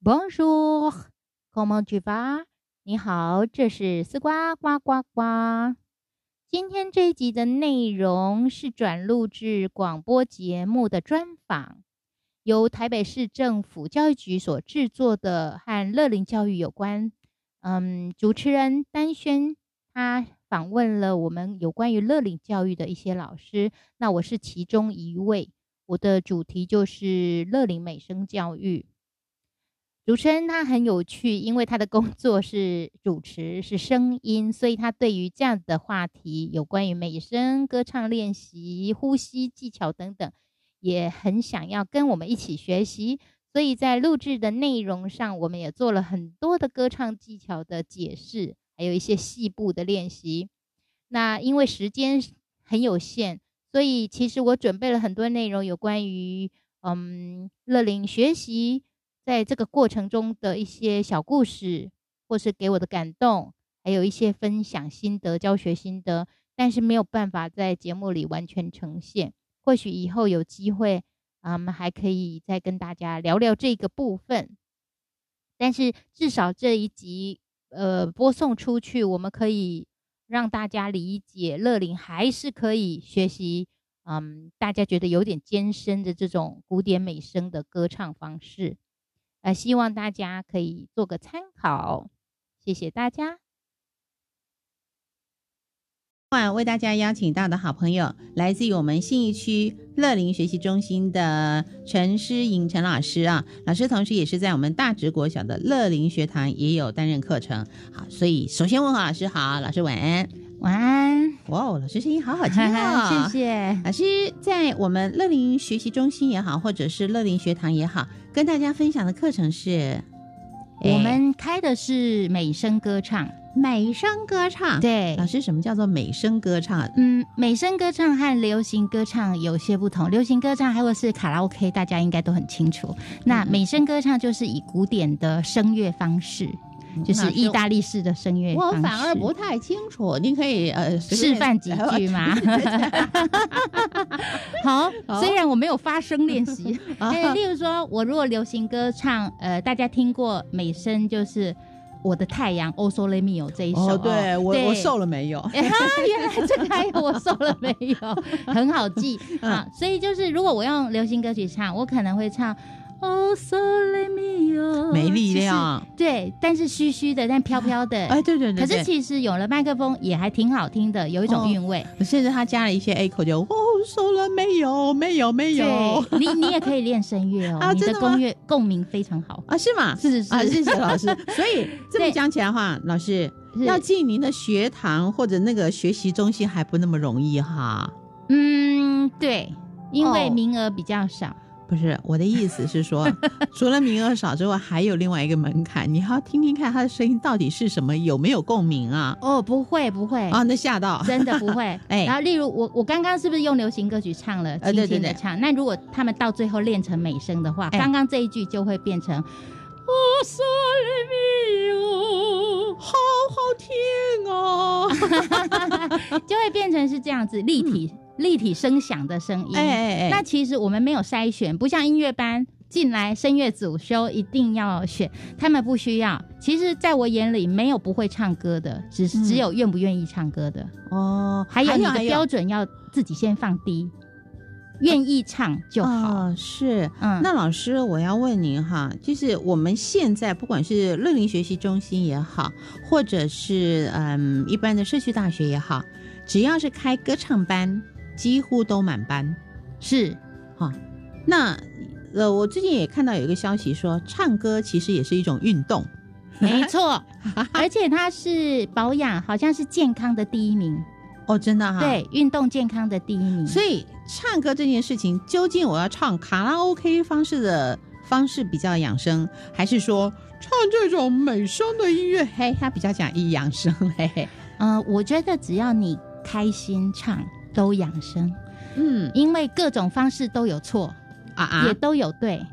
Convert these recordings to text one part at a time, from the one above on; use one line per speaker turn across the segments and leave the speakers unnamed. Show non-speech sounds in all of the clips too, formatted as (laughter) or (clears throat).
Bonjour, comment tu vas？你好，这是丝瓜呱呱呱。今天这一集的内容是转录至广播节目的专访，由台北市政府教育局所制作的和乐龄教育有关。嗯，主持人丹轩他访问了我们有关于乐龄教育的一些老师，那我是其中一位。我的主题就是乐龄美声教育。主持人他很有趣，因为他的工作是主持，是声音，所以他对于这样的话题，有关于美声、歌唱练习、呼吸技巧等等，也很想要跟我们一起学习。所以在录制的内容上，我们也做了很多的歌唱技巧的解释，还有一些细部的练习。那因为时间很有限，所以其实我准备了很多内容，有关于嗯乐龄学习在这个过程中的一些小故事，或是给我的感动，还有一些分享心得、教学心得，但是没有办法在节目里完全呈现。或许以后有机会，嗯，还可以再跟大家聊聊这个部分。但是至少这一集，呃，播送出去，我们可以让大家理解乐龄还是可以学习，嗯，大家觉得有点艰深的这种古典美声的歌唱方式。呃，希望大家可以做个参考，谢谢大家。
今晚为大家邀请到的好朋友，来自于我们信义区乐龄学习中心的陈诗颖陈老师啊，老师同时也是在我们大直国小的乐龄学堂也有担任课程。好，所以首先问候老师好，老师晚安。
晚安，
哇哦，老师声音好好听 (laughs) 哦，
谢谢。
老师在我们乐龄学习中心也好，或者是乐龄学堂也好，跟大家分享的课程是
我们开的是美声歌唱，啊
美声歌唱。，
对
老，师，什么叫做美声歌唱？
嗯，美声歌唱和流行歌唱有些不同。流行歌唱还有是卡拉 OK，大家应该都很清楚。那
嗯
美声歌唱就是以古典的声乐方式，
嗯
就是意大利式的声乐
我
方式。
反而不太清楚，您可以呃随便
示范几句
(laughs)
吗？好，
好
虽然我没有发声练习，
(laughs) 啊
但是例如说，我如果流行歌唱，呃，大家听过美声就是《我的太阳》o Oh Sole Mio 这一首，
哦，对我我瘦
了。
了没有？
(laughs) 哎哈，原来这个还有我瘦了没有，很好
(laughs)
记
嗯
啊。所以就是，如果我用流行歌曲唱，我可能会唱 Oh o Sole Mio，
没力。量，
就是对，但是虚虚的，但飘飘的。
哎，对对对
可
对。
是其实有了麦克风也还挺好听的，有一种韵味。
甚至他加了一些 echo，就哦，瘦了没有？没有，没有
对，你你也可以练声乐哦，
啊
你哦的
真的吗
共乐共鸣非常好。
啊，是吗？
是是
啊，谢谢老师。所以这
(laughs)
么
对
讲起来的话，老师
是
要进您的学堂或者那个学习中心还不那么容易哈。
嗯，对，因为
哦
名额比较少。
不是我的意思
(laughs)
是说，除了名额少之外，还有另外一个门槛，你还要听听看他的声音到底是什么，有没有共鸣啊？
哦，不会不会，
啊，那吓到，
真的不 (laughs) 会。
哎
然后例如我我刚刚是不是用流行歌曲唱了，
呃
轻
对
轻
对
的
对
唱？那如果他们到最后练成美声的话，
哎
刚刚这一句就会变成。我说了没 (laughs) 有
好好听哦。
(laughs) 就会变成是这样子立体、立体声响的声音。
哎哎哎，
那其实我们没有筛选，不像音乐班进来声乐组修一定要选，他们不需要。其实，在我眼里，没有不会唱歌的，只是
嗯
只有愿不愿意唱歌的，
哦，
还有你的
还
标准要自己先放低，愿意唱就好。
哦，是。
嗯，
那老师，我要问您哈，就是我们现在不管是乐龄学习中心也好，或者是嗯一般的社区大学也好，只要是开歌唱班，几乎都满班。 (laughs)
是
哈。那呃，我最近也看到有一个消息说，唱歌其实也是一种运动。
没错，而且它是保养，好像是健康的第一名，
哦，真的哈。。
对，运动健康的第一名。
所以唱歌这件事情，究竟我要唱卡拉 OK 方式的方式比较养生，还是说唱这种美声的音乐，嘿，它比较讲益养生，嘿嘿。
嗯、我觉得只要你开心唱，都养生，
嗯
因为各种方式都有错。
啊
也
啊，
都有对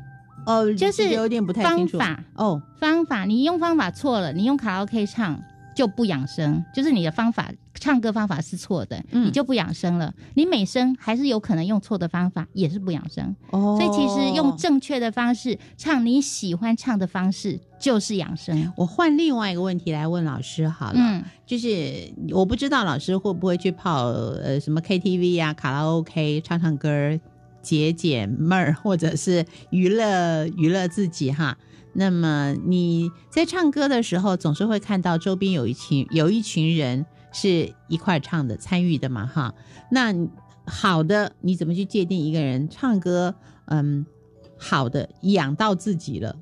哦，
就是
有点不太
方
清楚。
法。
哦，
方法你用方法错了，你用卡拉 OK 唱就不养生，就是你的方法唱歌方法是错的，
嗯
你就不养生了。你美声还是有可能用错的方法，也是不养生。
哦
所以其实用正确的方式唱你喜欢唱的方式，就是养生。
我换另外一个问题来问老师好了，
嗯，
就是我不知道老师会不会去泡呃什么 KTV 啊、卡拉 OK 唱唱歌儿解解闷儿，或者是娱乐娱乐自己哈。那么你在唱歌的时候，总是会看到周边有一群有一群人是一块儿唱的、参与的嘛哈。那你好的，你怎么去界定一个人唱歌？嗯，好的，养到自己了。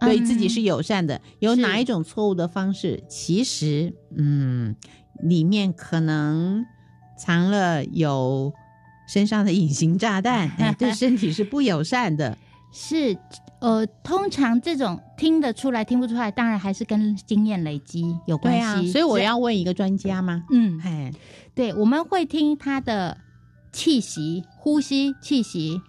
对自己是友善的，有
是
哪一种错误的方式？其实，嗯，里面可能藏了有身上的隐形炸 (laughs) 弹，哎，对身体是不友善的。
是，呃，通常这种听得出来听不出来，当然还是跟经验累积有关
(laughs) 对
系。
啊，所以我要问一个专家吗？
嗯，
哎，
对，我们会听他的气息、呼吸、气息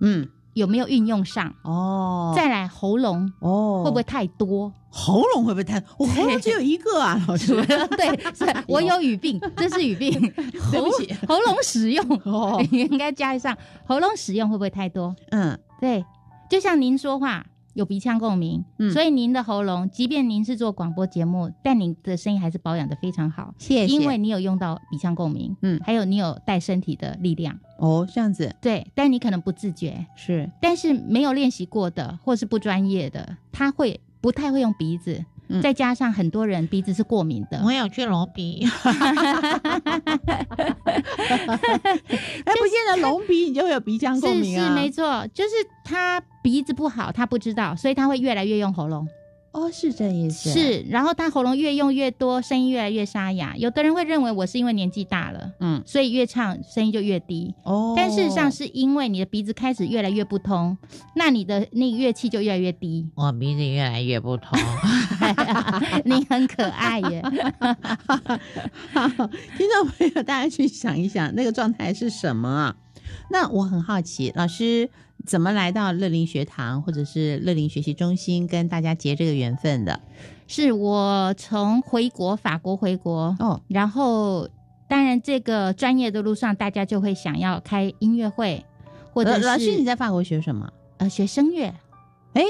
嗯，
有没有运用上，
哦，
再来喉咙
哦，
会不会太多？
喉咙会不会太？我喉咙只有一个啊，老师。
(laughs) 对，是我有语病，这是语病，
(laughs) 对
喉
不 (laughs) 起
喉咙使用，，
哦
(laughs) 应该加上喉咙使用会不会太多？
(laughs) 嗯，
对，就像您说话有鼻腔共鸣，
嗯
所以您的喉咙，即便您是做广播节目，但您的声音还是保养的非常好，
谢谢。
因为你有用到鼻腔共鸣，
嗯
还有你有带身体的力量，
哦，这样子
对，但你可能不自觉，
是，
但是没有练习过的或是不专业的，他会不太会用鼻子，
嗯哦
再加上很多人鼻子是过敏的，
有去隆鼻，哎，不见得隆鼻你就会有鼻腔共
是
(laughs) 鸣
是
啊
没。错，就是他鼻子不好，他不知道，所以他会越来越用喉咙。
哦，是这意思。，
是，然后他喉咙越用越多，声音越来越沙哑。有的人会认为我是因为年纪大了，
嗯，
所以越唱声音就越低，
哦，。
但事实上是因为你的鼻子开始越来越不通，那你的那个乐器就越来越低 (laughs)
我鼻子越来越不通。
你很可爱耶，
(laughs) 听众朋友，大家去想一想，那个状态是什么啊？那我很好奇，老师怎么来到乐龄学堂或者是乐龄学习中心跟大家结这个缘分的？
是我从回国法国回国，
哦，
然后当然这个专业的路上，大家就会想要开音乐会，或者
呃
是
老师你在法国学什么？
呃学声乐，
哎，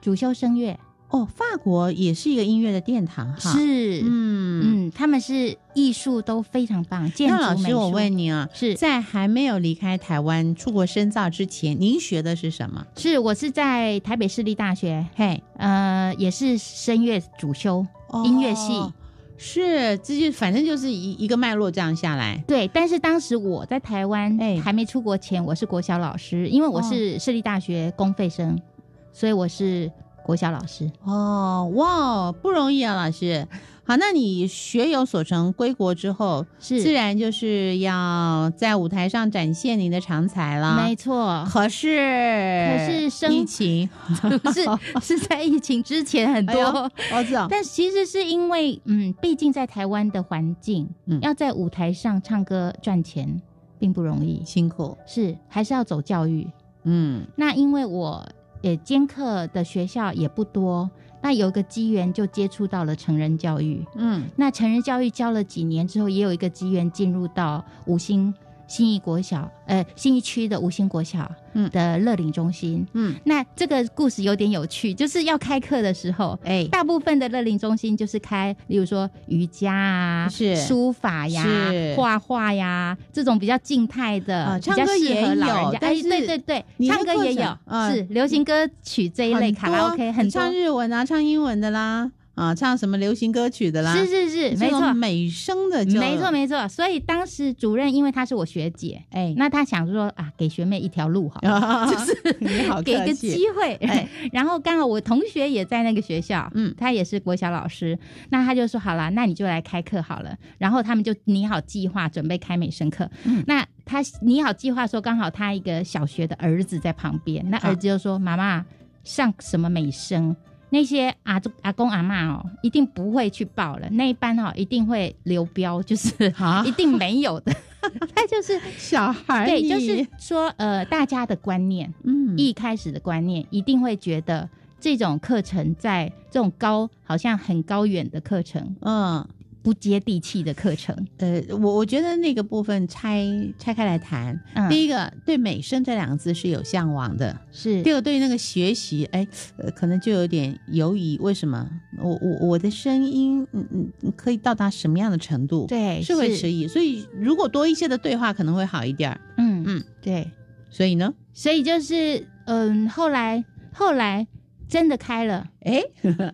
主修声乐
哦，法国也是一个音乐的殿堂哈。
是。
嗯
嗯，他们是艺术都非常棒，建筑
那老
美
师，
术
我问你啊，
是
在还没有离开台湾出国深造之前，您学的是什么？
是，我是在台北市立大学，
嘿，
呃，也是声乐主修，音乐系
哦是，这就反正就是一一个脉络这样下来。
对。但是当时我在台湾、
哎哦
还没出国前，我是国小老师，因为我是市立大学公费生，所以我是国小老师。
哦，哇，不容易啊，老师。好，那你学有所成归国之后，
是，
自然就是要在舞台上展现您的长才啦
没。
(laughs)
错，
可是，可
是生
疫 (laughs) 情，
是是在疫情之前很
哎
多。
呦我知道，
但其实是因为，嗯，毕竟在台湾的环境，
嗯
要在舞台上唱歌赚钱并不容易，
辛苦。
是还是要走教育。
嗯，
那因为我也兼课的学校也不多，那有一个机缘就接触到了成人教育。
嗯，
那成人教育教了几年之后，也有一个机缘进入到五星新义国小，呃，新义区的五星国小
嗯
的乐龄中心。
嗯，
那这个故事有点有趣，就是要开课的时候，
哎，
大部分的乐龄中心就是开，例如说瑜伽啊、
是
书法呀
是、
画画呀这种比较静态的，
啊
比较适合老人
唱歌也有
家。
但
哎，
是
对对对，
你的
唱歌也
课
有
程，啊
是流行歌曲这一类
很
卡拉
多
OK 很多
唱，日文啊，唱英文的啦，啊，唱什么流行歌曲的啦，
是是是，没
这种
错。
美声的就
没错，没错，所以当时主任因为她是我学姐，
哎，
那她想说啊，给学妹一条路好了，
啊， (laughs) 就是你好
给一
客
个
气，
机会。
哎
(laughs) 然后刚好我同学也在那个学校，
嗯
他也是国小老师，那他就说好啦，那你就来开课好了。然后他们就拟好计划，准备开美声课。
嗯
那他拟好计划说，刚好他一个小学的儿子在旁边，那
好
儿子就说：“妈妈上什么美声？”那些阿祖阿公阿嬷哦，一定不会去报了。那一班哦，一定会流标，就是
啊
一定没有
(laughs)
的。他就是
小孩
对，
你
就是说呃，大家的观念，
嗯，
一开始的观念，一定会觉得这种课程在这种高，好像很高远的课程，
嗯，
不接地气的课程。
呃，我我觉得那个部分拆拆开来谈，
嗯，
第一个对美声这两个字是有向往的，
是
第二个对于那个学习，哎，呃可能就有点犹疑，为什么我我我的声音，嗯嗯，可以到达什么样的程度？，
对，
是会迟疑，所以如果多一些的对话可能会好一点儿。
嗯
嗯
嗯，对，
所以呢，
所以就是嗯，后来后来真的开了，
哎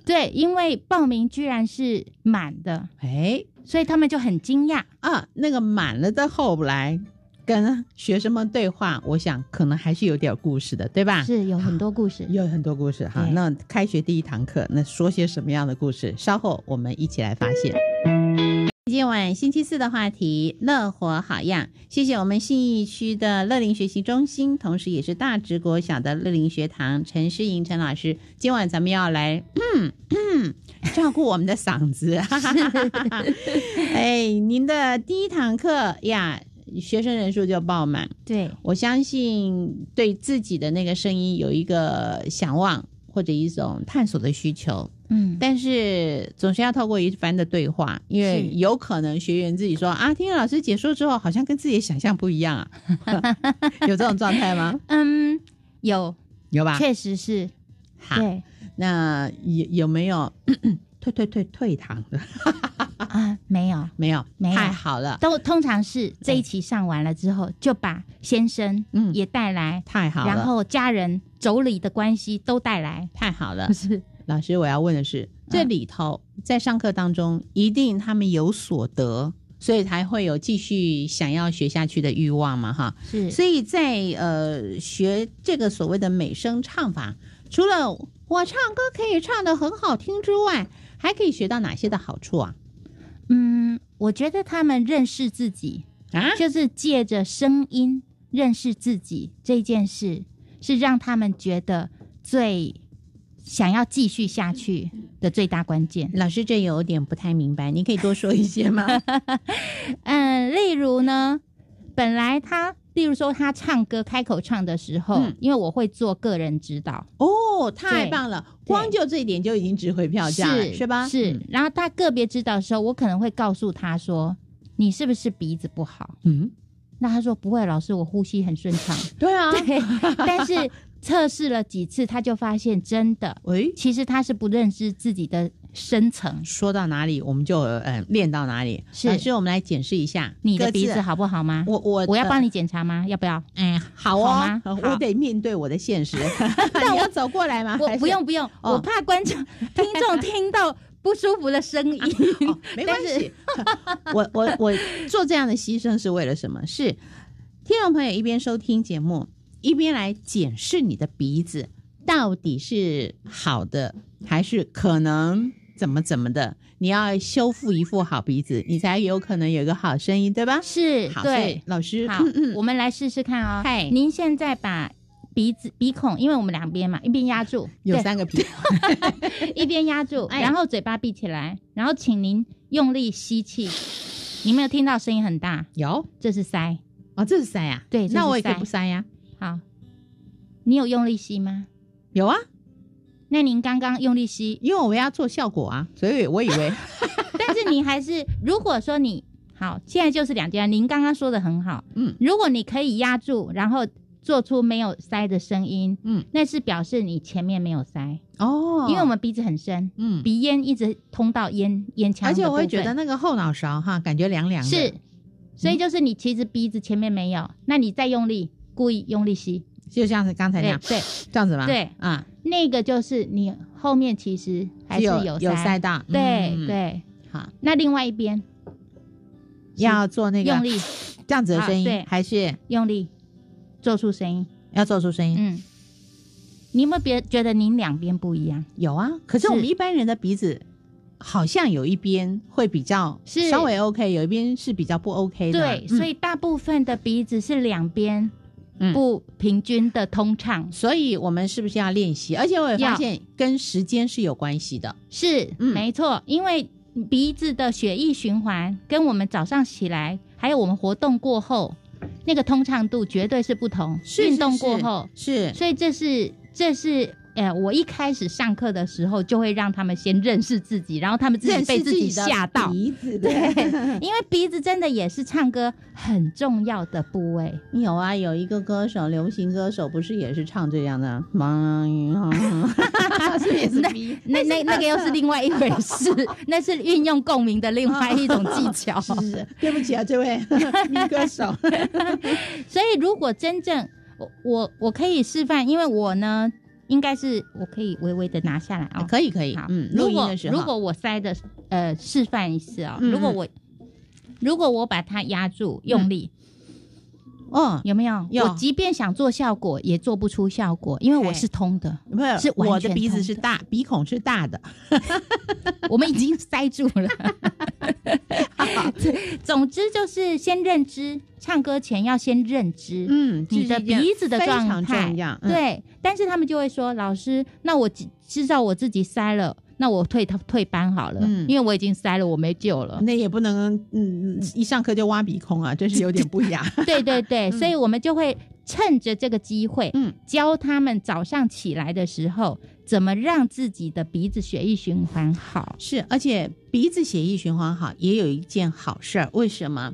对，因为报名居然是满的，
哎
所以他们就很惊讶。
啊，那个满了的后来跟学生们对话，我想可能还是有点故事的，对吧？
是有很多故事。
啊有很多故事哈。
对
那开学第一堂课，那说些什么样的故事？稍后我们一起来发现。今晚星期四的话题，乐活好样。谢谢我们信义区的乐龄学习中心，同时也是大直国小的乐龄学堂陈诗莹陈老师。今晚咱们要来，嗯 (coughs) 照顾我们的嗓子。 (laughs) 哎，您的第一堂课呀，学生人数就爆满。
对，
我相信对自己的那个声音有一个向往或者一种探索的需求，
嗯，
但是总是要透过一番的对话，因为
是
有可能学员自己说啊，听了老师解说之后，好像跟自己的想象不一样啊，
(laughs)
(laughs) 有这种状态吗？
嗯，有，
有吧？
确实是，
好，
对
那有有没有 (coughs) 退退退退堂的？
啊，没有，
(laughs) 没有，
没有
太好了，
都通常是这一期上完了之后，就把先生
嗯，
也带来，
太好了，
然后家人妯娌的关系都带来，
太好了
不。是？
老师，我要问的是，这
嗯
里头在上课当中，一定他们有所得，所以才会有继续想要学下去的欲望嘛，哈。
是，
所以在呃学这个所谓的美声唱法，除了我唱歌可以唱得很好听之外，还可以学到哪些的好处啊？
嗯，我觉得他们认识自己，
啊，
就是借着声音认识自己这件事，是让他们觉得最想要继续下去的最大关键。
老师这有点不太明白，你可以多说一
(laughs)
些吗？
嗯，例如呢，本来他，例如说他唱歌开口唱的时候，
嗯
因为我会做个人指导，
哦，太棒了，
对
光就这一点就已经值回票价了，
是
哦是吧？嗯
是。然后他个别指导的时候，我可能会告诉他说：“你是不是鼻子不好
嗯，？”
那他说：“不会，老师，我呼吸很顺畅。
对 (laughs) 啊，
对，但是测试了几次，他就发现真的，
喂，
其实他是不认识自己的深层，
说到哪里，我们就嗯、呃练到哪里。
是
老师，我们来检视一下
你的
各自
鼻子，好不好吗？
我我
我要帮
你。
你检查吗？要不要？
哎，好哦，
好吗
呃
好
我得面对我的现
(laughs)
实。你要走过来吗？还
我
是
不，用不用，
哦
我怕观众 (laughs) 听众听到不舒服的
(laughs)
声音。
哦没关系。 (laughs) 我我我做这样的牺牲是为了什么？是听众朋友一边收听节目，一边来检视你的鼻子到底是好的，还是可能怎么怎么的。你要修复一副好鼻子，你才有可能有一个好声音，对吧？
是，
好，所以
对，
老师，
好
嗯嗯，，
我们来试试看哦。
嗨
您现在把鼻子鼻孔，因为我们两边嘛，一边压住，
(clears throat) 有
对，
三
(laughs)
个皮，
一边压住，
哎
然后嘴巴闭起来，然后请您用力吸气。你没有听到声音很大，
有
这是塞。
哦，这是塞呀、
对这是
那我也可以
塞
不塞呀、
好，你有用力吸吗？
有啊，
那您刚刚用力吸，
因为我们要做效果啊，所以我
(laughs)
以为 (laughs)
但是你还是，如果说你好，现在就是两件。您刚刚说的很好，
嗯，
如果你可以压住，然后做出没有塞的声音，
嗯，
那是表示你前面没有塞，
哦，
因为我们鼻子很深，
嗯，
鼻咽一直通到咽咽腔，
而且我会觉得。那个后脑勺哈，感觉凉凉的，嗯
是，所以就是你其实鼻子前面没有，那你再用力，故意用力吸，
就像是刚才那
对
样，
对，
这样子吗？
对
啊，
那个就是你后面其实还是
有
塞，
塞到，
对、
嗯，
对。
好，
那另外一边
要做那
用
个
力
这样子的
啊
声音
对，
还是
用力做出声音，
要做出声音？
嗯，你有没有别觉得您两边不一样？
有啊，可是我们
是
一般人的鼻子。好像有一边会比较
是
稍微 OK，有一边是比较不 OK 的。
对，
嗯
所以大部分的鼻子是两边
嗯
不平均的通畅，
所以我们是不是要练习？而且我也发现跟时间是有关系的。
是、
嗯
没错，因为鼻子的血液循环跟我们早上起来，还有我们活动过后那个通畅度绝对是不同，
是是
运动过后，
是
所以这是这是呃，我一开始上课的时候就会让他们先认识自己，然后他们自己被自己吓到，
鼻子
对
对，
(laughs) 因为鼻子真的也是唱歌很重要的部位。
有啊，有一个歌手，流行歌手不是也是唱这样
(laughs)
的吗？是不是也是鼻
那那那个又是另外一回事，
(laughs)
那是运用共鸣的另外一种技巧。
是是是，对不起啊，这
(laughs)
位女歌手，
所以如果真正我我我可以示范，因为我呢应该是我可以微微的拿下来啊、哦。
可以可以
好，，
嗯，录
如
音
果
的时候，
如果我塞的呃示范一次哦，
嗯
如果
嗯
我如果我把它压住用力，
嗯哦，
有没有？
有
我即便想做效果，也做不出效果，因为我
嘿
是通的，
不是
是完
我的
全
鼻子
通
是
的
大，鼻孔是大的， (laughs)
我们已经塞住了。总之就是先认知，唱歌前要先认知。
嗯，
你
是
的
一件
鼻子的
非
状
常
态
重要，嗯，
对，但是他们就会说，老师，那我知知道我自己塞了，那我退他退班好了，
嗯
因为我已经塞了，我没救
(laughs)
了。
那也不能，嗯，一上课就挖鼻孔啊，这是有点不雅。
对对对，所以我们就会趁着这个机会，
嗯
教他们早上起来的时候，怎么让自己的鼻子血液循环好。
是，而且鼻子血液循环好，也有一件好事儿。为什么？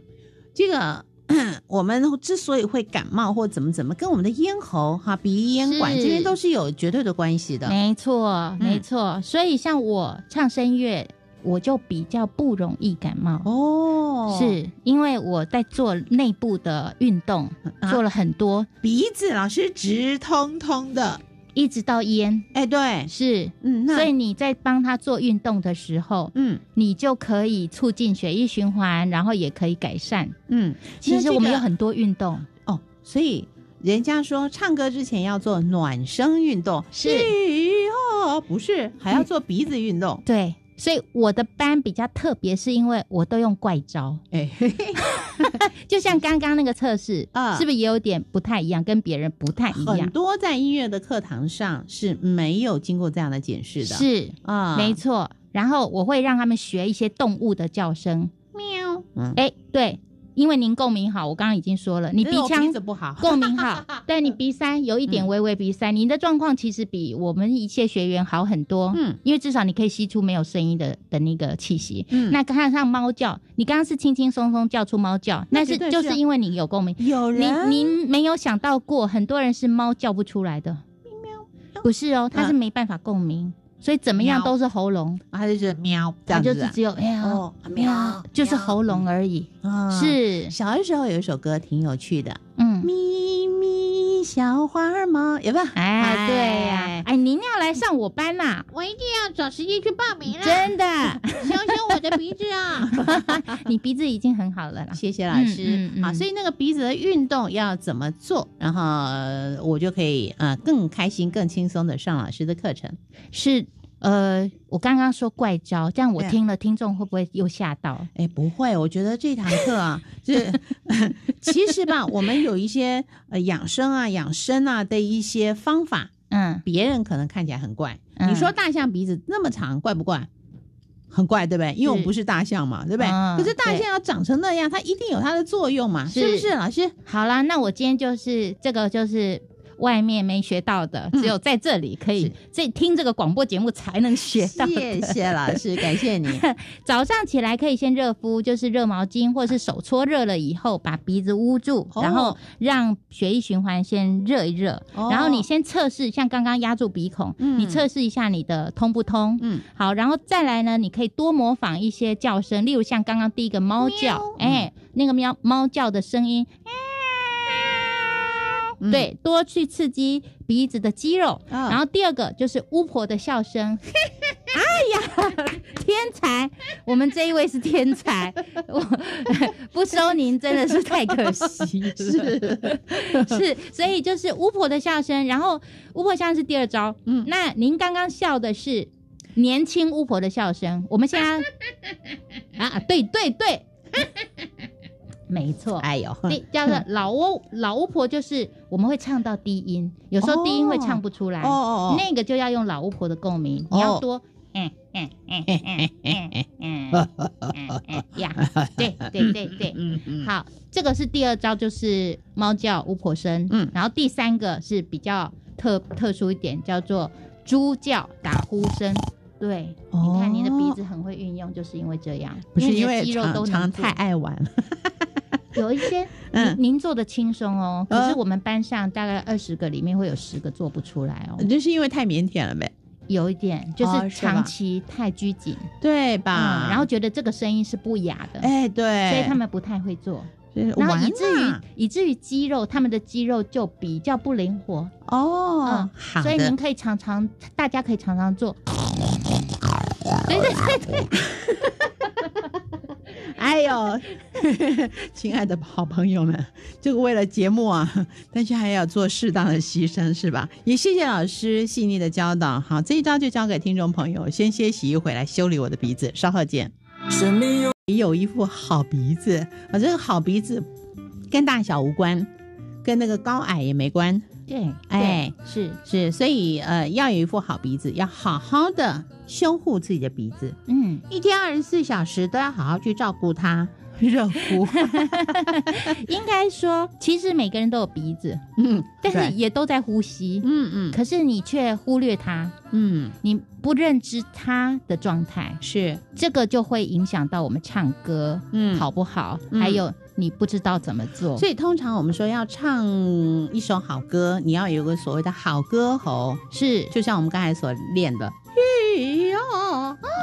这个 (clears throat) 我们之所以会感冒或怎么怎么，跟我们的咽喉哈、鼻咽管这
是
些都是有绝对的关系的。
没错，没
嗯
错。所以像我唱声乐，我就比较不容易感冒。
哦，
是因为我在做内部的运动，
啊
做了很多，
鼻子老师直通通的。
一直到烟
哎，对，
是，
嗯，那
所以你在帮他做运动的时候，
嗯
你就可以促进血液循环，然后也可以改善。
嗯
其
那
实
这
我们
个
有很多运动，
哦，所以人家说唱歌之前要做暖声运动，
是嗯
哦，不是还要做鼻子
(laughs)
运动。
对，所以我的班比较特别，是因为我都用怪招，
哎，
就像刚刚那个测试，
啊
是不是也有点不太一样，跟别人不太一
很
样？
多在音乐的课堂上是没有经过这样的检视的，
是，
啊，
没错。然后我会让他们学一些动物的叫声，
喵，嗯，
哎，对，因为您共鸣好，我刚刚已经说了，你鼻
因为我
腔
鼻子不好，嗯
共鸣
(laughs)
好，对你鼻塞有一点微微鼻塞，你的状况其实比我们一些学员好很多，
嗯
因为至少你可以吸出没有声音的的那个气息。
嗯，
那看上猫叫，你刚刚是轻轻松松叫出猫叫，
那
那
绝
是
对是啊
就是因为你有共鸣。
有人
您您没有想到过，很多人是猫叫不出来的，不是哦，它是没办法共鸣，所以怎么样
喵
都是喉咙，
他就是喵这
它
样
就
子
是
啊，
只有哎呀
哦
喵，就是喉咙而已。
啊。
是，
小的时候有一首歌挺有趣的，
嗯。
咪咪小花猫，有吧？
哎，对呀、哎，您要来上我班啦、
我一定要找时间去报名了，
真的， (laughs)
小小我的鼻子啊！
你鼻子已经很好了啦。
(laughs) 谢谢老师
嗯嗯嗯
啊，所以那个鼻子的运动要怎么做，然后呃我就可以呃更开心、更轻松的上老师的课程。
是，呃，我刚刚说怪招，这样我
对
听了，听众会不会又吓到？
哎，不会，我觉得这堂课啊，是 (laughs) 其实吧，我们有一些呃养生啊、养生啊的一些方法，
嗯，
别人可能看起来很怪。
嗯
你说大象鼻子那么长，怪不怪？很怪，对不对？因为我们
是
不是大象嘛，对不对？
嗯
可是大
对
象要长成那样，它一定有它的作用嘛，是不
是
是，老师？
好啦，那我今天就是这个就是。外面没学到的，
嗯
只有在这里可以
是，
这听这个广播节目才能学到的。
谢谢老师，感谢你。
(laughs) 早上起来可以先热敷，就是热毛巾或是手搓热了以后，把鼻子捂住，
哦
然后让血液循环先热一热。
哦
然后你先测试，像刚刚压住鼻孔，
嗯
你测试一下你的通不通。
嗯，
好，然后再来呢，你可以多模仿一些叫声，例如像刚刚第一个猫叫，哎、那个喵猫叫的声音，
嗯
对，多去刺激鼻子的肌肉。
啊
然后第二个就是巫婆的笑
(laughs)
声。哎呀，天才！我们这一位是天才，我 (laughs) 不收您真的是太可 (laughs) 惜了。是，所以就是巫婆的笑声，然后巫婆笑声是第二招。
嗯
嗯，那您刚刚笑的是年轻巫婆的笑声，我们现在啊，对对对，没错。
哎呦，
第叫做老巫老巫婆，就是我们会唱到低音，有时候低音会唱不出来，
哦哦哦，
那个就要用老巫婆的共鸣，你要多。嗯嗯嗯嗯嗯嗯嗯嗯嗯呀，对对对对，
嗯嗯，
好，这个是第二招，就是猫叫巫婆声。
嗯
嗯，然后第三个是比较特特殊一点，叫做猪叫、打呼声。对，你看你的鼻子很会运用，就是因为这样，
哦不是
因
因
为你的肌
为
肉
常
都
常
能做
太爱玩了，
(laughs) 有一些，
嗯
嗯，您做的轻松哦，可是
嗯
我们班上大概二十个里面会有十个做不出来哦，
就是因为太腼腆了呗，
有一点就
嗯哦
是
是吧
长期太拘谨，
对吧？
嗯，然后觉得这个声音是不雅的，
哎，对，
所以他们不太会做，
就是
然
玩啊
后
嘛
以至于以至于肌肉，他们的肌肉就比较不灵活，
哦
嗯，
好
所以您
的，
可以常常，大家可以常常做。对对对对，
哎呦， (laughs) 亲爱的好朋友们，这个为了节目啊，但是还要做适当的牺牲，是吧？也谢谢老师细腻的教导，好，这一招就交给听众朋友，先歇息一会来修理我的鼻子，稍后见。
生命有
也有一副好鼻子，啊，这个好鼻子跟大小无关，跟那个高矮也没关，
对，
哎
哎，是，
是，所以呃，要有一副好鼻子，要好好的修护自己的鼻子，
嗯，
一天二十四小时都要好好去照顾它，热敷，
应该说，其实每个人都有鼻子，
(laughs) 嗯，
但
对
是也都在呼吸，
嗯嗯
可是你却忽略它，
嗯，
你不认知它的状态，
是，
这个就会影响到我们唱歌，
嗯
好不好？
嗯
还有你不知道怎么做，
所以通常我们说要唱一首好歌，你要有个所谓的好歌喉，
是
就像我们刚才所练的，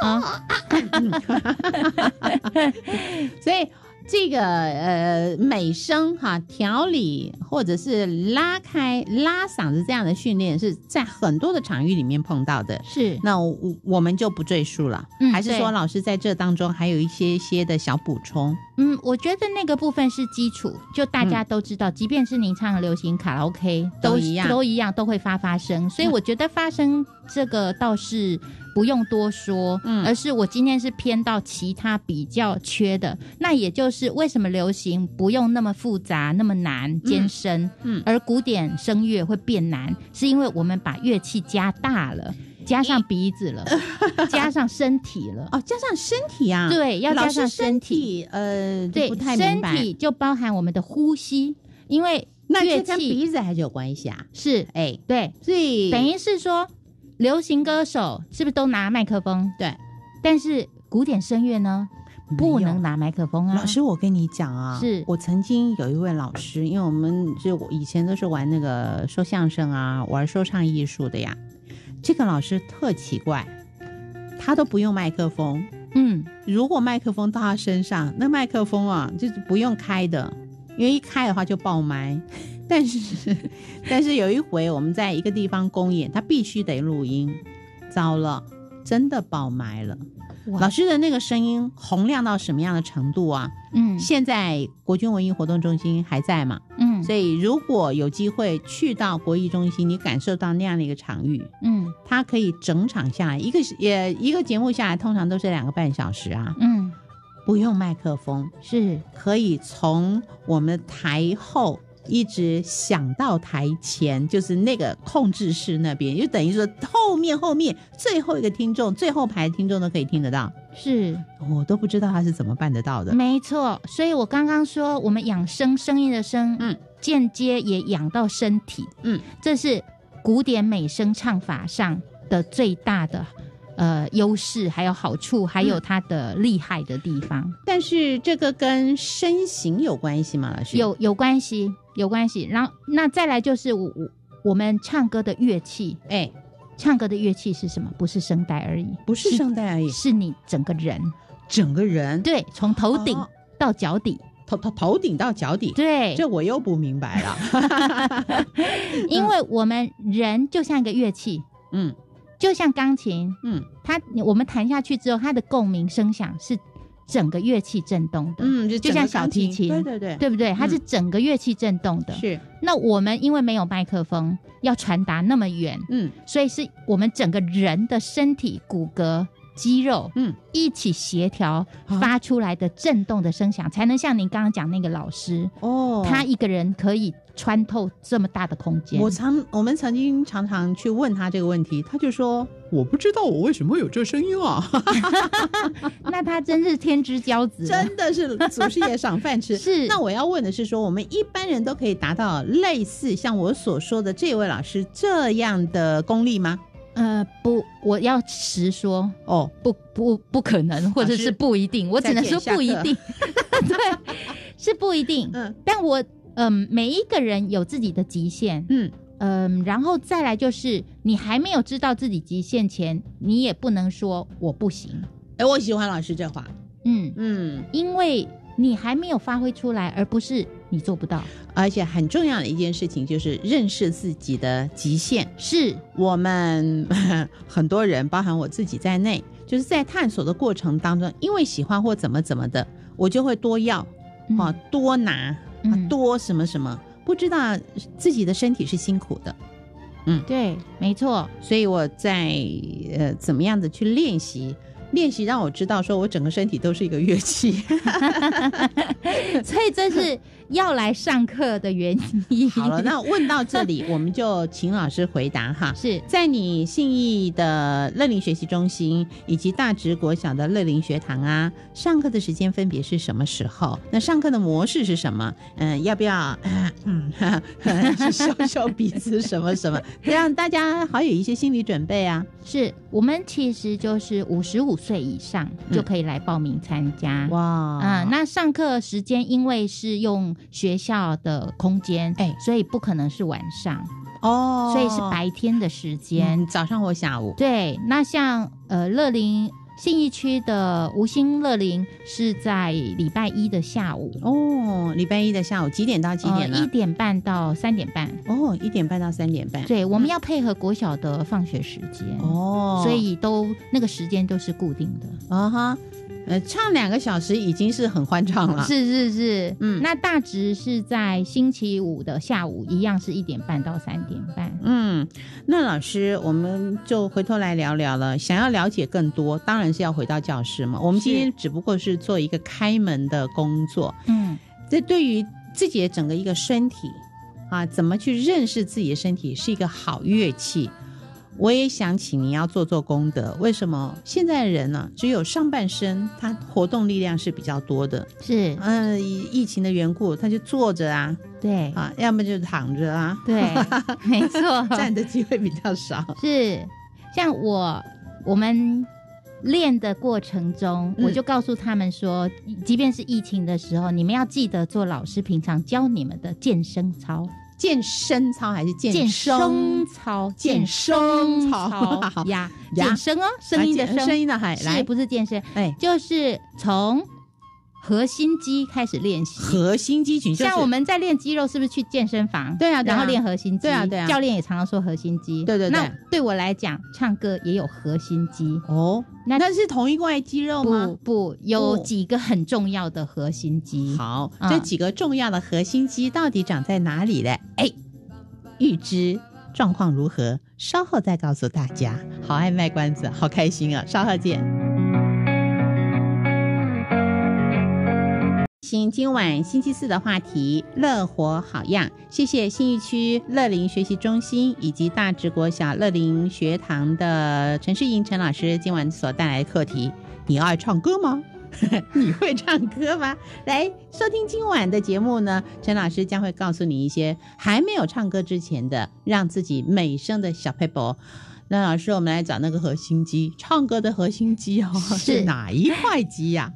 啊，
(laughs) 所以这个呃美声哈调理或者是拉开拉嗓子这样的训练是在很多的场域里面碰到的。
是，
那我我们就不赘述了，
嗯
还是
对
说老师在这当中还有一些些的小补充？
嗯，我觉得那个部分是基础，就大家都知道，即便是你唱流行卡拉 OK，
嗯都
都
一样嗯
都一样，都会发发声。所以我觉得发声这个倒是不用多说，
嗯
而是我今天是偏到其他比较缺的，那也就是为什么流行不用那么复杂、那么难艰深，
嗯
而古典声乐会变难，是因为我们把乐器加大了，加上鼻子了，加上身体
(laughs)
了。
哦，加上身体啊，
对，要
老
加
师
上
身
身体，
呃，就
对
不，太明
身
白。
体就包含我们的呼吸，因为
那
乐
这跟
器
鼻子还是有关系啊，
是
哎，
对，
所以
等于是说，流行歌手是不是都拿麦克风？
对，
但是古典声乐呢，不能拿麦克风啊。
老师，我跟你讲啊，
是
我曾经有一位老师，因为我们就我以前都是玩那个说相声啊，玩说唱艺术的呀。这个老师特奇怪，他都不用麦克风。
嗯，
如果麦克风到他身上，那麦克风啊就是不用开的，因为一开的话就爆麦。 (laughs) 但是，但是有一回我们在一个地方公演，他必须得录音，糟了，真的爆麦了。
哇
老师的那个声音洪亮到什么样的程度啊？
嗯
现在国军文艺活动中心还在嘛？
嗯
所以如果有机会去到国艺中心，你感受到那样的一个场域，
嗯
它可以整场下来，一个也一个节目下来，通常都是两个半小时啊，
嗯，
不用麦克风，
是
可以从我们台后。一直想到台前，就是那个控制室那边，就等于说后面后面最后一个听众，最后排的听众都可以听得到。
是，
哦我都不知道他是怎么办得到的。
没错。所以我刚刚说，我们养生声音的声，
嗯，
间接也养到身体，
嗯，
这是古典美声唱法上的最大的呃优势，还有好处，还有它的厉害的地方。
但是这个跟身形有关系吗？老师
有有关系，有关系。然后那再来就是我我我们唱歌的乐器，
哎、
唱歌的乐器是什么？不是声带而已，
不是声带而已，
是你整个人，
整个人
对，从头顶
哦
到脚底，
头头头顶到脚底，
对，
这我又不明
(laughs)
白了。
因为我们人就像一个乐器，
嗯
就像钢琴，
嗯
它我们弹下去之后，它的共鸣声响是整个乐器震动的，
嗯，就
就
整个
像
小
小提琴
对对对，
对不对？它是整个乐器震动的。
是
那我们因为没有麦克风，要传达那么远，
嗯
所以是我们整个人的身体、骨骼、肌肉，
嗯
嗯，一起协调
啊
发出来的震动的声响，才能像您刚刚讲那个老师，
哦，
他一个人可以穿透这么大的空间。
我常我们曾经常常去问他这个问题，他就说我不知道我为什么有这声音
(laughs)
啊， (laughs)
那他真是天之骄子了，
真的是祖师爷赏饭
(laughs)
吃。
是
那我要问的是说，我们一般人都可以达到类似像我所说的这位老师这样的功力吗？
呃，不，我要实说，
哦，
不不不可能，或者
老师
是不一定，我只能说
再见
不一
下课
定， (laughs) 对，是不一定。
嗯
但我嗯、每一个人有自己的极限，
嗯，
嗯、然后再来就是你还没有知道自己极限前，你也不能说我不行，
哎，我喜欢老师这话，
嗯，
嗯，
因为你还没有发挥出来，而不是你做不到，
而且很重要的一件事情就是认识自己的极限。
是
我们 (laughs) 很多人，包含我自己在内，就是在探索的过程当中，因为喜欢或怎么怎么的，我就会多要
嗯
啊，多拿啊，
嗯
多什么什么，不知道自己的身体是辛苦的，
对，没错，
所以我在呃怎么样的去练习。练习让我知道，说我整个身体都是一个乐器。 (laughs)
所以这是要来上课的原因。
好了，那问到这里，我们就请老师回答哈。
(laughs) 是
在你信义的乐龄学习中心以及大直国小的乐龄学堂啊，上课的时间分别是什么时候？那上课的模式是什么？嗯，要不要？
(laughs)
(laughs) 嗯，哈哈去笑笑鼻子什么什么，让大家好有一些心理准备啊。
是，我们其实就是五十五岁以上
嗯
就可以来报名参加。
哇，
啊、
啊
那上课时间因为是用学校的空间，
哎
所以不可能是晚上，
哦，
所以是白天的时间。
嗯早上或下午。
对，那像呃乐林信义区的吴兴乐林是在礼拜一的下午，呃
哦，礼拜一的下午几点到几点啊
一
呢？
点半到三点半。
哦，一点半到三点半。
对，我们要配合国小的放学时间，
嗯哦，
所以都那个时间都是固定的。
啊哈，呃，唱两个小时已经是很欢唱了。
是是是，
啊嗯
嗯，那大直是在星期五的下午，一样是一点半到三点半。
嗯，那老师，我们就回头来聊聊了。想要了解更多，当然是要回到教室嘛。我们今天只不过是做一个开门的工作，
嗯，
这对于自己的整个一个身体啊，怎么去认识自己的身体是一个好乐器。我也想请您要做做功德，为什么现在的人呢、只有上半身他活动力量是比较多的，
是
嗯、以疫情的缘故，他就坐着 (laughs) 啊，
对
啊，要么就躺着啊， (laughs)
对，没错，
站的机会比较少。
是像我我们练的过程中，
嗯
我就告诉他们说，即便是疫情的时候，你们要记得做老师平常教你们的健身操、
健身操还是健
健
声
身操、
健身操好
操呀，
呀
健身哦，声音的
啊健声
声，
音的海
是
来
不是健身？
哎，
就是从核心肌开始练习。
核心肌群就是
像我们在练肌肉，是不是去健身房？
对啊对啊
然后练核心肌。
对啊对啊
教练也常常说核心肌。
对对对
那对我来讲，唱歌也有核心肌。
哦，
那
那是同一块肌肉
不
吗？
不，有几个很重要的核心肌。
好，
嗯
这几个重要的核心肌到底长在哪里嘞？哎，预知状况如何，稍后再告诉大家。好爱卖关子，好开心啊！稍后见。行，今晚星期四的话题“乐活好样”，谢谢信义区乐龄学习中心以及大直国小乐龄学堂的陈世莹陈老师今晚所带来的课题。你爱唱歌吗？ (laughs) 你会唱歌吗？来收听今晚的节目呢，陈老师将会告诉你一些还没有唱歌之前的让自己美声的小 paper。那老师，我们来找那个核心肌，唱歌的核心肌哦，
是
是哪一块肌呀、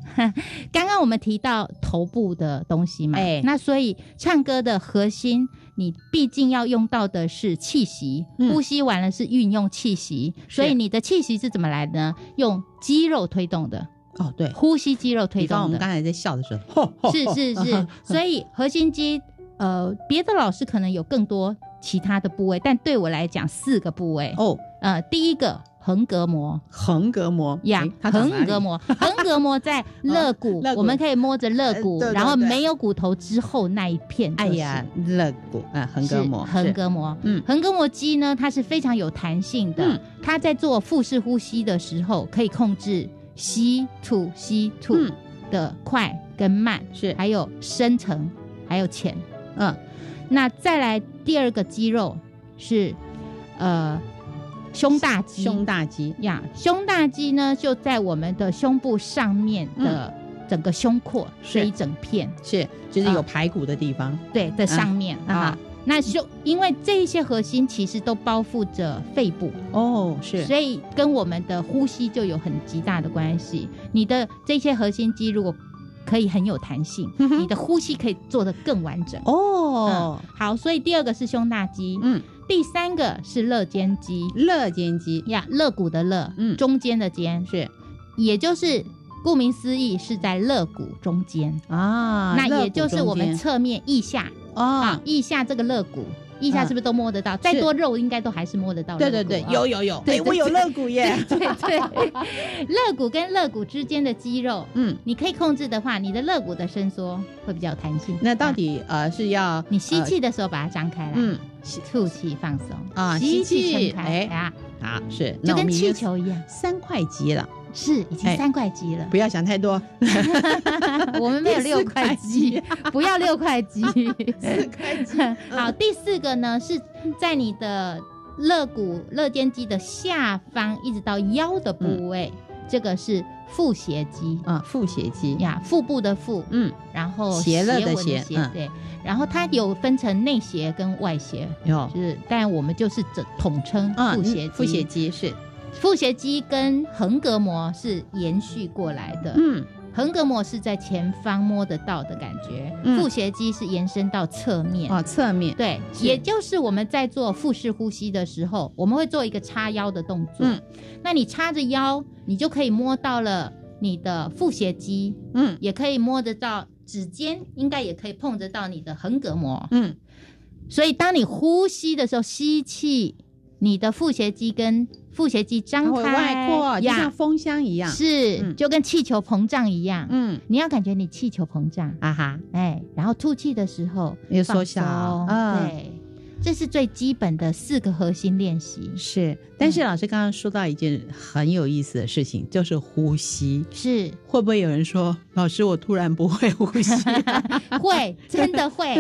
刚刚我们提到头部的东西嘛，
哎
那所以唱歌的核心，你毕竟要用到的是气息，
嗯
呼吸完了是运用气息，所以你的气息是怎么来的呢？用肌肉推动的，
哦，对，
呼吸肌肉推
比方我
动
们刚
的，
才在笑的时候， (laughs) 吼
是是是，所以核心肌，呃，别的老师可能有更多其他的部位，但对我来讲四个部位，
(laughs) 哦，
呃，第一个横膈膜，
横膈膜
呀
诶，它长
横
哎哪里哦
膈
(laughs)
膜，横膈膜在肋骨
肋，骨
我们可以摸着肋骨
呃对，对
然后
对
没有骨头之后那一片就
哎
是，
呀，肋骨啊，横膈膜，
是横
是，
膈膜，
嗯
横膈膜肌呢，它是非常有弹性的
嗯，
它在做腹式呼吸的时候可以控制吸吐吸吐
嗯
的快跟慢，
是，
还有深层，还有浅。
嗯，
那再来第二个肌肉是呃胸大肌，
胸大肌，
呀，胸大肌呢就在我们的胸部上面的整个胸廓
嗯是
这一整片，
是就是有
嗯
排骨的地方，
对的上面啊
啊哈。
那胸，因为这些核心其实都包覆着肺部，
哦，是
所以跟我们的呼吸就有很极大的关系。你的这些核心肌如果可以很有弹性，
嗯哼
你的呼吸可以做得更完整。
哦，
好，所以第二个是胸大肌，
嗯，
第三个是肋间肌
肋间肌
呀，肋骨的肋，
嗯
中间的间，
是
也就是顾名思义是在肋骨中间，
啊，
那
肋
也
骨
就是
中
我们
间
侧面腋下啊
哦，，
腋下这个肋骨，腋下
嗯
是不是都摸得到？再
是
多肉应该都还是摸得到肋
对
骨。
对对，
啊 (laughs)
有有有，
对
哎，
对
我有
对
肋骨耶，
对对， (laughs) 肋骨跟肋骨之间的肌肉，
嗯，
你可以控制的话，你的肋骨的伸缩会比较有弹性。
那到
啊
底呃是要
你吸
呃
气的时候把它张开来，
嗯，
吐气放松
啊吸
吸
气
气撑开
哎
啊，
好是，那
就
我
跟
们已
气
经
球一样，
三块肌了，
是已
哎
经三块肌了
不。要想太多，
(laughs) 我们没有
第四
六块肌， (laughs) 不要六块肌。
四块肌，
(laughs) 好，第四个呢是在你的肋骨肋间肌的下方一直到腰的部位，这个是腹斜肌
(laughs) 啊，腹斜肌，
呀，腹部的腹，
嗯，
然后
邪了的
纹
邪
斜
嗯
对，然后它有分成内斜跟外斜，
有
就是但我们就是整统称
啊，
嗯腹斜肌。
腹斜肌是，
腹斜肌跟横膈膜是延续过来的，
嗯，
横膈膜是在前方摸得到的感觉，
嗯
腹斜肌是延伸到侧面。
哦，侧面，
对，
是
也就是我们在做腹式呼吸的时候，我们会做一个叉腰的动作。
嗯
那你叉着腰，你就可以摸到了你的腹斜肌，
嗯
也可以摸得到指尖，应该也可以碰得到你的横膈膜。
嗯，
所以当你呼吸的时候，吸气，你的腹斜肌跟腹斜肌
它
张
会
开，
外扩，就像
呀，
风箱一样，
是、
嗯
就跟气球膨胀一样。
嗯，
你要感觉你气球膨胀，
啊哈，
哎，然后吐气的时候
又
放
缩小，
松
嗯。
对，这是最基本的四个核心练习。
是，但是老师刚刚说到一件很有意思的事情，就是呼吸。
是
会不会有人说，老师，我突然不会呼 (laughs) 吸、 (laughs)
会，真的会，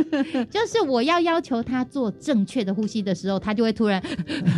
就是我要要求他做正确的呼吸的时候，他就会突然，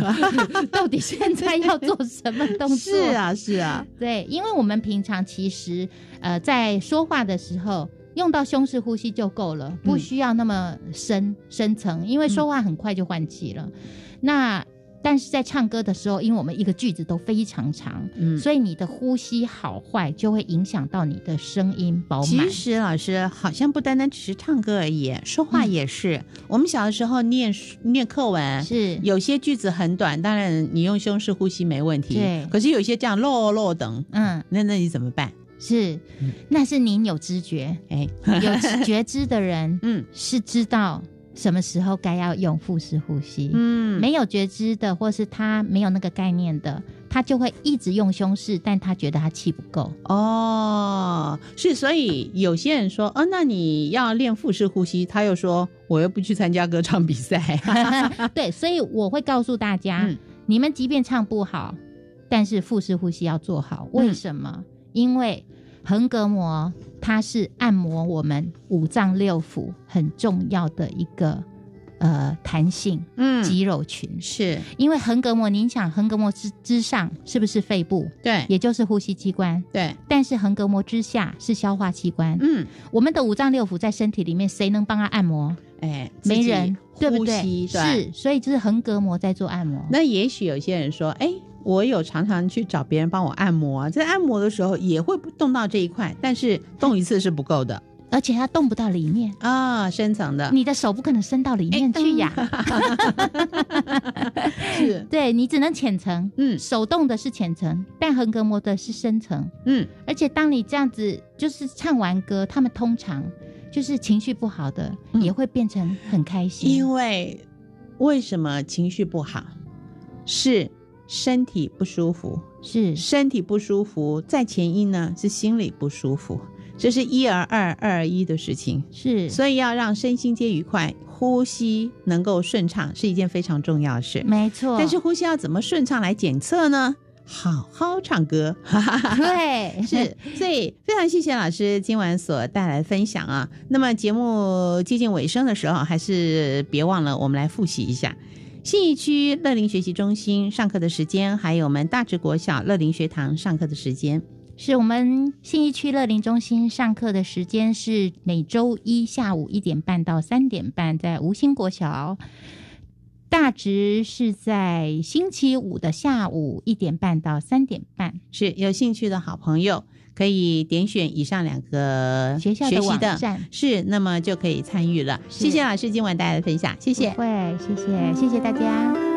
(laughs) 到底现在要做什么动作？
是，啊，是啊，
对，因为我们平常其实呃在说话的时候。用到胸式呼吸就够了，不
嗯
需要那么深、深层，因为说话很快就换气了。
嗯
那但是在唱歌的时候，因为我们一个句子都非常长，
嗯。
所以你的呼吸好坏就会影响到你的声音饱满
其。实老师好像不单单只是唱歌而已，说话也是。我们小的时候念书念课文，
是，
有些句子很短，当然你用胸式呼吸没问题。
对
可是有些这样漏漏等，
嗯，
那那你怎么办？
是
嗯，
那是您有知觉、
哎，
有觉知的人
(laughs) 嗯
是知道什么时候该要用腹式呼吸。
嗯，
没有觉知的，或是他没有那个概念的，他就会一直用胸式，但他觉得他气不
(laughs)
够。
哦，是，所以有些人说，哦，那你要练腹式呼吸，他又说，我又不去参加歌唱比赛，
对，所以我会告诉大家，
嗯
你们即便唱不好，但是腹式呼吸要做好。为什么？
嗯
因为横膈膜它是按摩我们五脏六腑很重要的一个呃弹性 (laughs)
嗯，
肌肉群。
是
因为横膈膜，您想横膈膜之之上是不是肺部，
对嗯
也就是呼吸器官？
对，
但是横膈膜之下是消化器官。
嗯，
我们的五脏六腑在身体里面，谁能帮他按摩？
哎，
没
自己
人，对不
呼
对？
吸，
是，所以就是横膈膜在做按摩。
那也许有些人说，哎，我有常常去找别人帮我按摩，在按摩的时候也会动到这一块，但是动一次是不够的
而且它动不到里面，
啊，哎嗯深层的
嗯你的手不可能伸到里面去呀。
是，
对你只能浅层，
嗯
手动的是浅层，但横膈膜的是深层。
嗯，
而且当你这样子就是唱完歌，他们通常就是情绪不好的、
嗯
也会变成很开心
因。为为什么情绪不好是身体不舒服。
是
身体不舒服，再前因呢是心里不舒服，这是一而二，二而一的事情。
是，
所以要让身心皆愉快，呼吸能够顺畅是一件非常重要的事。
没错。
但是呼吸要怎么顺畅来检测呢？好好唱歌， (laughs)
对，
是，所以非常谢谢老师今晚所带来的分享啊。那么节目接近尾声的时候，还是别忘了我们来复习一下。信义区乐龄学习中心上课的时间，还有我们大直国小乐龄学堂上课的时间。
是我们信义区乐龄中心上课的时间是每周一下午一点半到三点半，在吴兴国小。大直是在星期五的下午一点半到三点半。
是有兴趣的好朋友可以点选以上两个
学校
习
的网
的
站，
是，那么就可以参与了。
是
谢谢老师今晚带来的分享，谢谢
不。会，谢谢，谢谢大家。